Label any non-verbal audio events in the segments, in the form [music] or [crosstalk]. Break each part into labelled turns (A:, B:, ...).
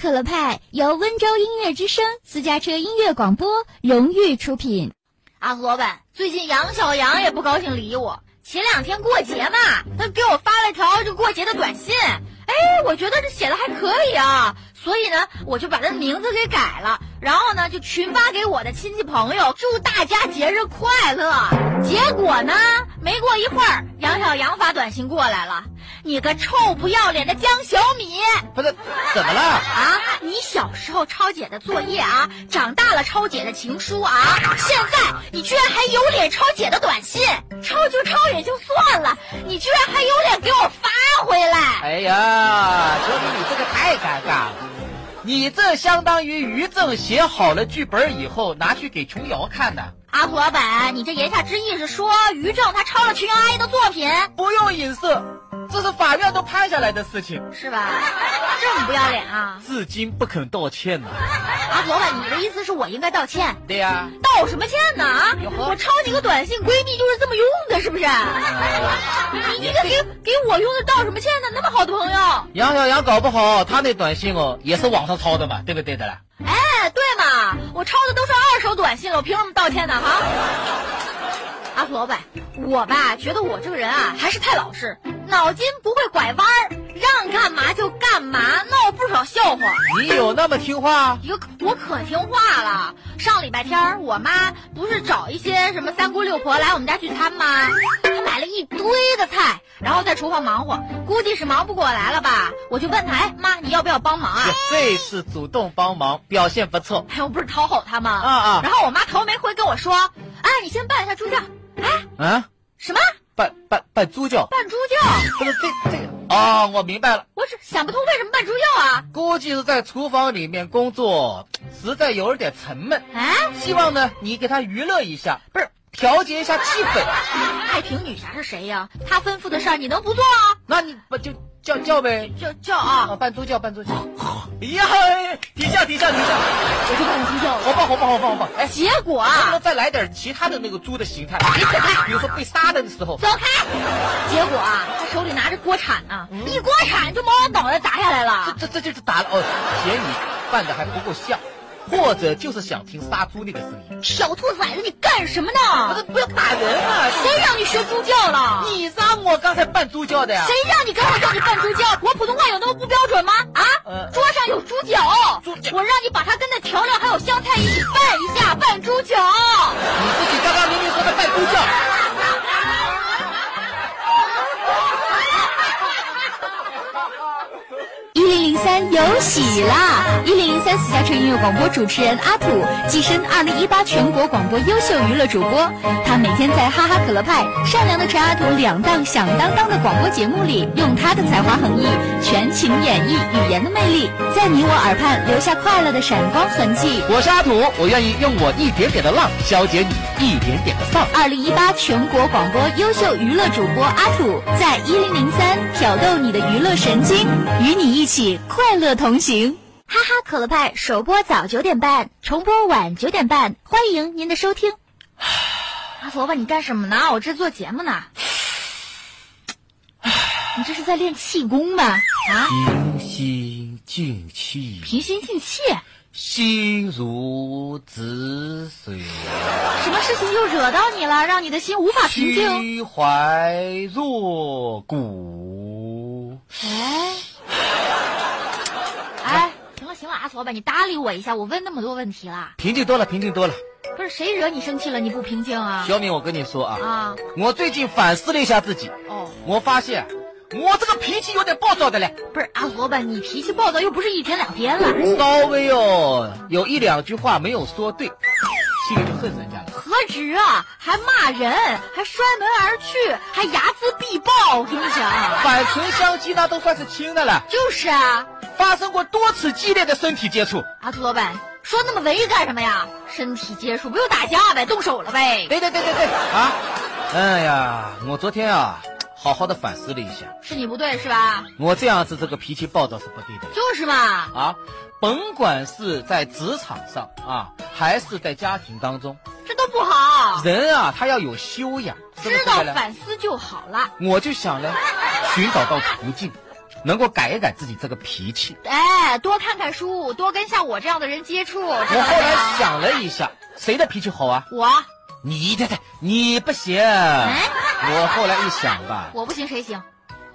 A: 可乐派由温州音乐之声私家车音乐广播荣誉出品。
B: 啊，老板，最近杨小杨也不高兴理我。前两天过节嘛，他给我发了条这过节的短信，哎，我觉得这写的还可以啊，所以呢，我就把他的名字给改了，然后呢，就群发给我的亲戚朋友，祝大家节日快乐。结果呢，没过一会儿，杨小杨发短信过来了，你个臭不要脸的江小米，
C: 不是怎么了？
B: 啊！你小时候抄姐的作业啊，长大了抄姐的情书啊，现在你居然还有脸抄姐的短信，抄就抄也就算了，你居然还有脸给我发回来！
C: 哎呀，小米，你这个太尴尬了，你这相当于于正写好了剧本以后拿去给琼瑶看的，
B: 阿土老板，你这言下之意是说于正他抄了群瑶阿姨的作品
C: 不用隐射，这是法院都判下来的事情，
B: 是吧？这么不要脸啊！
C: 至今不肯道歉呢。
B: 阿土老板，你的意思是我应该道歉？
C: 对呀、
B: 道什么歉呢？啊
C: 哟！呵
B: 我抄你个短信，闺蜜就是这么用的，是不是？你你这给给我用的道什么歉呢？那么好的朋友。
C: 杨小杨搞不好他那短信哦也是网上抄的嘛，对不对的啦？
B: 哎，对嘛，我抄的都是二手短信了，我凭什么道歉呢？哈、阿土老板，我吧觉得我这个人啊还是太老实，脑筋不会拐弯儿，让干嘛就干嘛，闹不少笑话。
C: 你有那么听话？
B: 一个我可听话了。上礼拜天儿，我妈不是找一些什么三姑六婆来我们家聚餐吗？她买了一堆的菜，然后在厨房忙活，估计是忙不过来了吧。我就问她，哎妈，你要不要帮忙啊？ [laughs]
C: 这次主动帮忙，表现不错。
B: 哎，我不是讨好她吗？
C: 啊啊
B: 然后我妈头没回跟我说，哎，你先拌一下猪叫。哎，
C: 啊！
B: 什么
C: 扮扮扮猪叫，
B: 拌猪叫？
C: 不是这这个哦，我明白了，
B: 我只想不通为什么拌猪叫啊？
C: 估计是在厨房里面工作，实在有点沉闷，
B: 哎，
C: 希望呢你给他娱乐一下，
B: 不是，
C: 调节一下气氛。
B: 太平女侠是谁呀、她吩咐的事儿你能不做啊？
C: 那你不就叫叫呗？
B: 叫叫啊！
C: 啊，扮猪叫，扮猪叫。哎呀，停下，停下，停下！
B: 我就拌猪叫
C: 好棒，好棒，好棒，好棒！哎，
B: 结果
C: 能不能
B: 啊，
C: 再来点其他的那个猪的形态？比如说被杀的时候，
B: 走开！结果啊，他手里拿着锅铲呢、一锅铲就往我脑袋砸下来
C: 这
B: 了。
C: 这这就是打了哦，嫌你扮的还不够像，或者就是想听杀猪那个声音。
B: 小兔崽子，你干什么
C: 不是
B: 呢？
C: 不要打人啊！
B: 谁啊让你学猪叫了？
C: 你让我刚才扮猪叫的呀
B: 谁？让你跟我叫你扮猪叫？我普通话有那么不标准吗？啊，
C: 呃
B: 桌上有猪脚，
C: 猪脚
B: 我让你把它跟那调料还有香菜一起拌一下，拌猪脚。
C: 你自己刚刚明明说的扮猪叫。
A: 一零零三有喜啦！一零零三私家车音乐广播主持人阿土跻身二零一八全国广播优秀娱乐主播，他每天在哈哈可乐派、善良的陈阿土两档响当当的广播节目里，用他的才华横溢、全情演绎语言的魅力，在你我耳畔留下快乐的闪光痕迹。
C: 我是阿土，我愿意用我一点点的浪消解你一点点的丧。
A: 二零一八全国广播优秀娱乐主播阿土，在一零零三挑逗你的娱乐神经，与你一起快乐同行。哈哈可乐派首播早九点半，重播晚九点半，欢迎您的收
B: [sighs]
A: 听。
B: 阿头发，啊你干什么呢？我这做节目
A: [sighs]
B: 呢。你这是在练气功吧？
A: [laughs]
B: 啊，
C: 平心静气，
B: 平心静气，
C: 心如止水，啊
B: 什么事情又惹到你了，让你的心无法平静？
C: 虚怀若谷。
B: 哎，哎，行了行了，阿头吧，你搭理我一下，我问那么多问题了，
C: 平静多了，平静多了。
B: 不是谁惹你生气了？你不平静啊？
C: 小敏，我跟你说啊，
B: 啊，
C: 我最近反思了一下自己，
B: 哦。
C: 我发现我这个脾气有点暴躁的嘞。
B: 不是阿罗吧？你脾气暴躁又不是一天两天了，
C: 稍微哦，有一两句话没有说对，心里就恨人家了。
B: 何止啊？还骂人，还摔门而去，还睚眦必报。我跟你
C: [laughs]
B: 讲，
C: 反唇相讥那都算是轻的了，
B: 就是啊，
C: 发生过多次激烈的身体接触。
B: 阿土老板说那么文艺干什么呀？身体接触不就打架呗，动手了呗？
C: 对对对对对啊！哎呀，我昨天啊，好好的反思了一下，
B: 是你不对是吧？
C: 我这样子这个脾气暴躁是不对的
B: 就是嘛，
C: 啊。甭管是在职场上啊，还是在家庭当中，
B: 这都不好，
C: 人啊他要有修养，是不
B: 知
C: 是
B: 道
C: 呢？
B: 反思就好了。
C: 我就想呢，寻找到途径，能够改一改自己这个脾气。
B: 哎，多看看书，多跟像我这样的人接触。我
C: 我后来想了一下，谁的脾气好啊？
B: 我嗯
C: 你太太，你不行。
B: 哎
C: 我后来一想吧，
B: 我不行，谁行？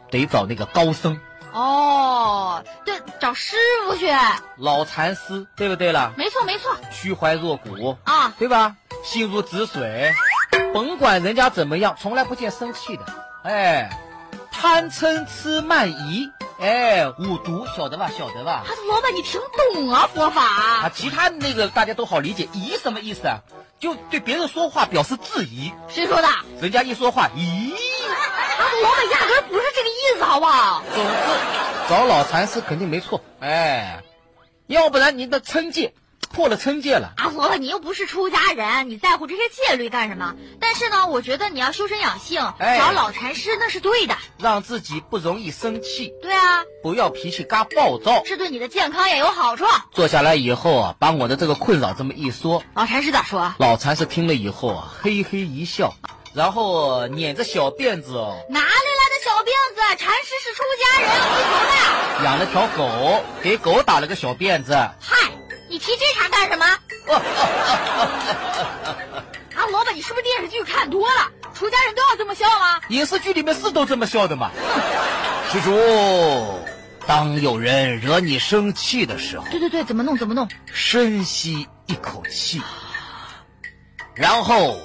C: 得找那个高僧
B: 哦，对，找师傅去。
C: 老禅师，对不对了？
B: 没错，没错
C: 虚怀若谷，
B: 啊。
C: 对吧？心如止水，甭管人家怎么样，从来不见生气的。哎，贪嗔痴慢疑，哎，五毒晓得吧？晓得吧？
B: 他的老板，你挺懂啊，佛
C: 啊，
B: 法。
C: 其他那个大家都好理解，疑什么意思啊？就对别人说话表示质疑，
B: 谁说的？
C: 人家一说话，咦？
B: 他的老板压根儿不是这个意思，好不好？
C: 总之，找老禅师肯定没错。哎，要不然你的嗔戒破了嗔戒了，
B: 阿婆啊婆，你又不是出家人，你在乎这些戒律干什么？但是呢，我觉得你要修身养性，
C: 哎
B: 找老禅师那是对的。
C: 让自己不容易生气，
B: 对啊，
C: 不要脾气嘎暴躁。
B: 是对你的健康也有好处。
C: 坐下来以后啊，把我的这个困扰这么一说，
B: 老禅师咋说？
C: 老禅师听了以后啊，嘿嘿一笑，然后捻着小辫子哦，
B: 哪里来的小辫子？禅师是出家人，回头的。
C: 养了条狗，给狗打了个小辫子。
B: 嗨，你提这茬干什 [laughs] 么？阿婆婆，你是不是电视剧看多了？出家人都要这么笑吗？
C: 影视剧里面是都这么笑的嘛？施主，当有人惹你生气的时候，
B: 对对对，怎么弄怎么弄？
C: 深吸一口气，然后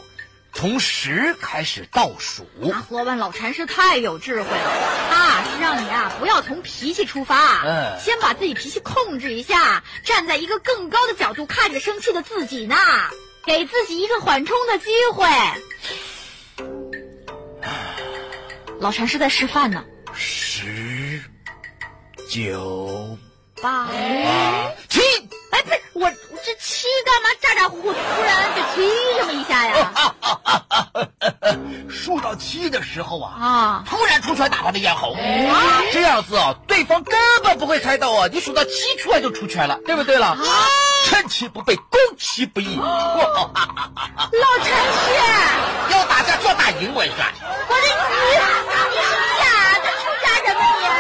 C: 从十开始倒数。
B: 阿婆问老禅师太有智慧了，他是让你啊不要从脾气出发，
C: 嗯
B: 先把自己脾气控制一下，站在一个更高的角度看着生气的自己呢，给自己一个缓冲的机会。老禅师在示范呢，
C: 十、九、
B: 八，
C: 八、七。
B: 哎，不是我我这七干嘛咋咋呼呼，突然这七这么一下呀？
C: 数到七的时候啊，
B: 啊，
C: 突然出拳打他的咽喉。这样子啊，对方根本不会猜到啊，你数到七出来就出拳了，对不对
B: 啊
C: 了？趁其不备，攻其不意。
B: 老禅师，
C: 要打架就要打赢我一下。
B: 我的你你是假的出家人吗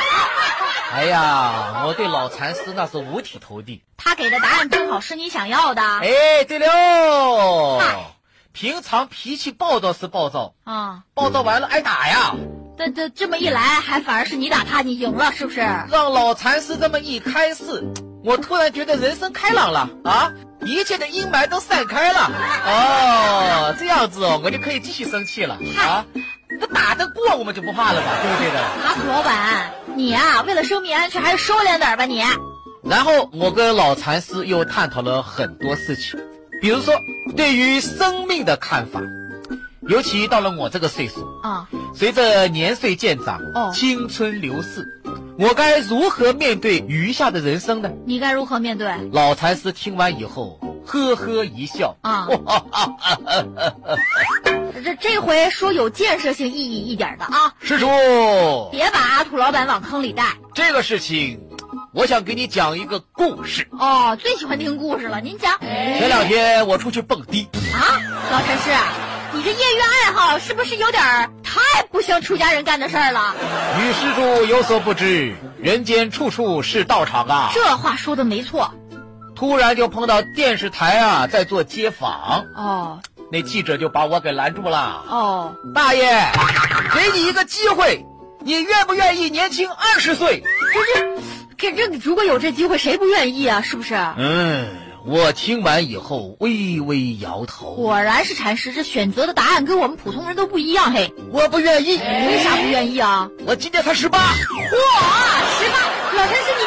B: 你？
C: 哎呀，我对老禅师那是五体投地。
B: 他给的答案正好是你想要的。
C: 哎，对
B: 嗨
C: 了，平常脾气暴躁是暴躁，
B: 啊，
C: 暴躁完了挨打呀。
B: 这这这么一来，还反而是你打他，你赢了，是不是？啊
C: 让老禅师这么一开示，我突然觉得人生开朗了啊，一切的阴霾都散开了。哦，这样子哦，我就可以继续生气了啊。那打得过我们就不怕了吧，对不对的？
B: 阿普老板，你呀、为了生命安全，还是收敛点吧你。
C: 然后我跟老禅师又探讨了很多事情，比如说对于生命的看法，尤其到了我这个岁数，
B: 啊，
C: 随着年岁渐长，
B: 哦
C: 青春流逝，我该如何面对余下的人生呢？
B: 你该如何面对？
C: 老禅师听完以后，呵呵一笑，
B: 啊，这这回说有建设性意义一点的啊，
C: 施主，
B: 别把阿土老板往坑里带。
C: 这个事情，我想给你讲一个故事。
B: 哦，最喜欢听故事了，您讲
C: 哎前两天我出去蹦迪，
B: 啊，老禅师，你这业余爱好是不是有点儿太不像出家人干的事儿了？
C: 女施主有所不知，人间处处是道场啊。
B: 这话说的没错。
C: 突然就碰到电视台啊，在做街访，
B: 哦
C: 那记者就把我给拦住了。
B: 哦，
C: 大爷，给你一个机会，你愿不愿意年轻二十岁？
B: 这这如果有这机会，谁不愿意啊？是不是？
C: 嗯，我听完以后微微摇头，
B: 果然是禅师，这选择的答案跟我们普通人都不一样嘿。
C: 我不愿意，
B: 为啥不愿意啊？
C: 我今年才十八。
B: 嚯，十八，老禅师你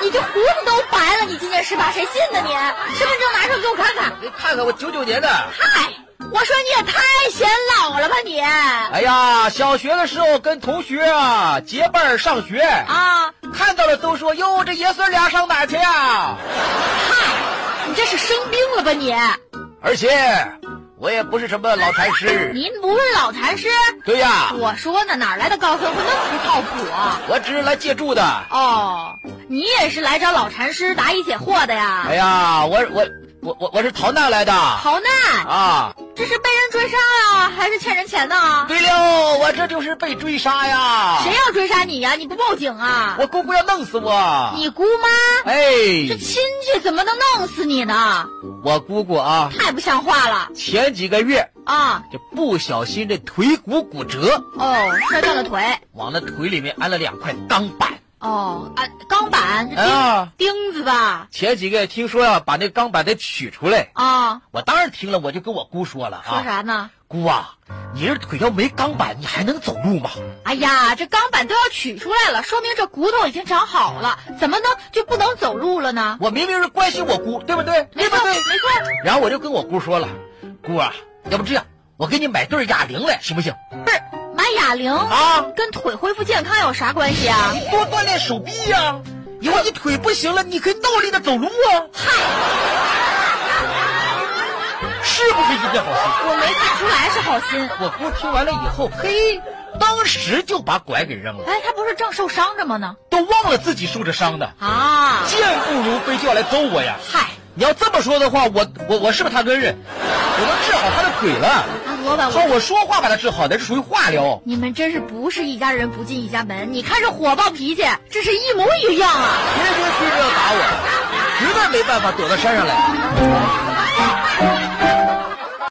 B: 你你这胡子都白了，你今年十八，谁信呢你？身份证拿出来给我看看。
C: 你看看我九九年的，
B: 嗨，我说你也太显老了吧你
C: 哎呀，小学的时候跟同学啊结伴儿上学，
B: 啊！
C: 看到了都说哟，这爷孙俩上哪儿去啊呀？
B: 嗨，你这是生病了吧你？
C: 而且我也不是什么老禅师，
B: 您不是老禅师？
C: 对呀，
B: 我说呢，哪来的高僧会那么不靠谱啊？
C: 我只是来借住的。
B: 哦，你也是来找老禅师
C: 哎
B: 答疑解惑的呀？
C: 哎呀，我我我我我是逃难来的
B: 逃难
C: 啊！
B: 这是被人追杀啊，还是欠人钱呢？
C: 对了，我这就是被追杀呀！
B: 谁要追杀你呀、你不报警啊？
C: 我姑姑要弄死我！
B: 你姑妈
C: 啊哎，
B: 这亲戚怎么能弄死你呢？
C: 我姑姑啊，
B: 太不像话了
C: 前几个月
B: 啊！
C: 这不小心这腿骨骨折，
B: 哦，摔断了腿。
C: 往那腿里面安了两块钢板
B: 哦啊，钢板是钉、
C: 啊。
B: 钉子吧？
C: 前几个月听说要、把那钢板得取出来，
B: 啊，
C: 我当然听了，我就跟我姑说了
B: 说
C: 啊，
B: 啥呢？
C: 姑啊，你这腿要没钢板，你还能走路吗？
B: 哎呀，这钢板都要取出来了，说明这骨头已经长好了，怎么能就不能走路了呢？
C: 我明明是关心我姑，对不对？
B: 没
C: 对不
B: 错，
C: 对？
B: 没错。
C: 然后我就跟我姑说了，姑啊，要不这样，我给你买对哑铃来，行不行？
B: 不是买哑铃
C: 啊，
B: 跟腿恢复健康有啥关系啊？
C: 多锻炼手臂呀、以后你腿不行了，你可以倒立着走路啊。是不是一片好心？
B: 我没看出来是好心。
C: 我姑听完了以后，嘿，当时就把拐给扔了，
B: 哎，他不是正受伤着吗呢？
C: 都忘了自己受着伤的，
B: 啊，
C: 健步如飞就要来揍我呀！
B: 嗨，
C: 你要这么说的话，我我我是不是他跟人？我都治好他的腿了，
B: 啊罗吧，
C: 靠
B: 我
C: 我说话把他治好的，这属于化疗。
B: 你们真是不是一家人不进一家门。你看这火爆脾气，这是一模一样啊！
C: 天天追着要打我，实在没办法，躲到山上来。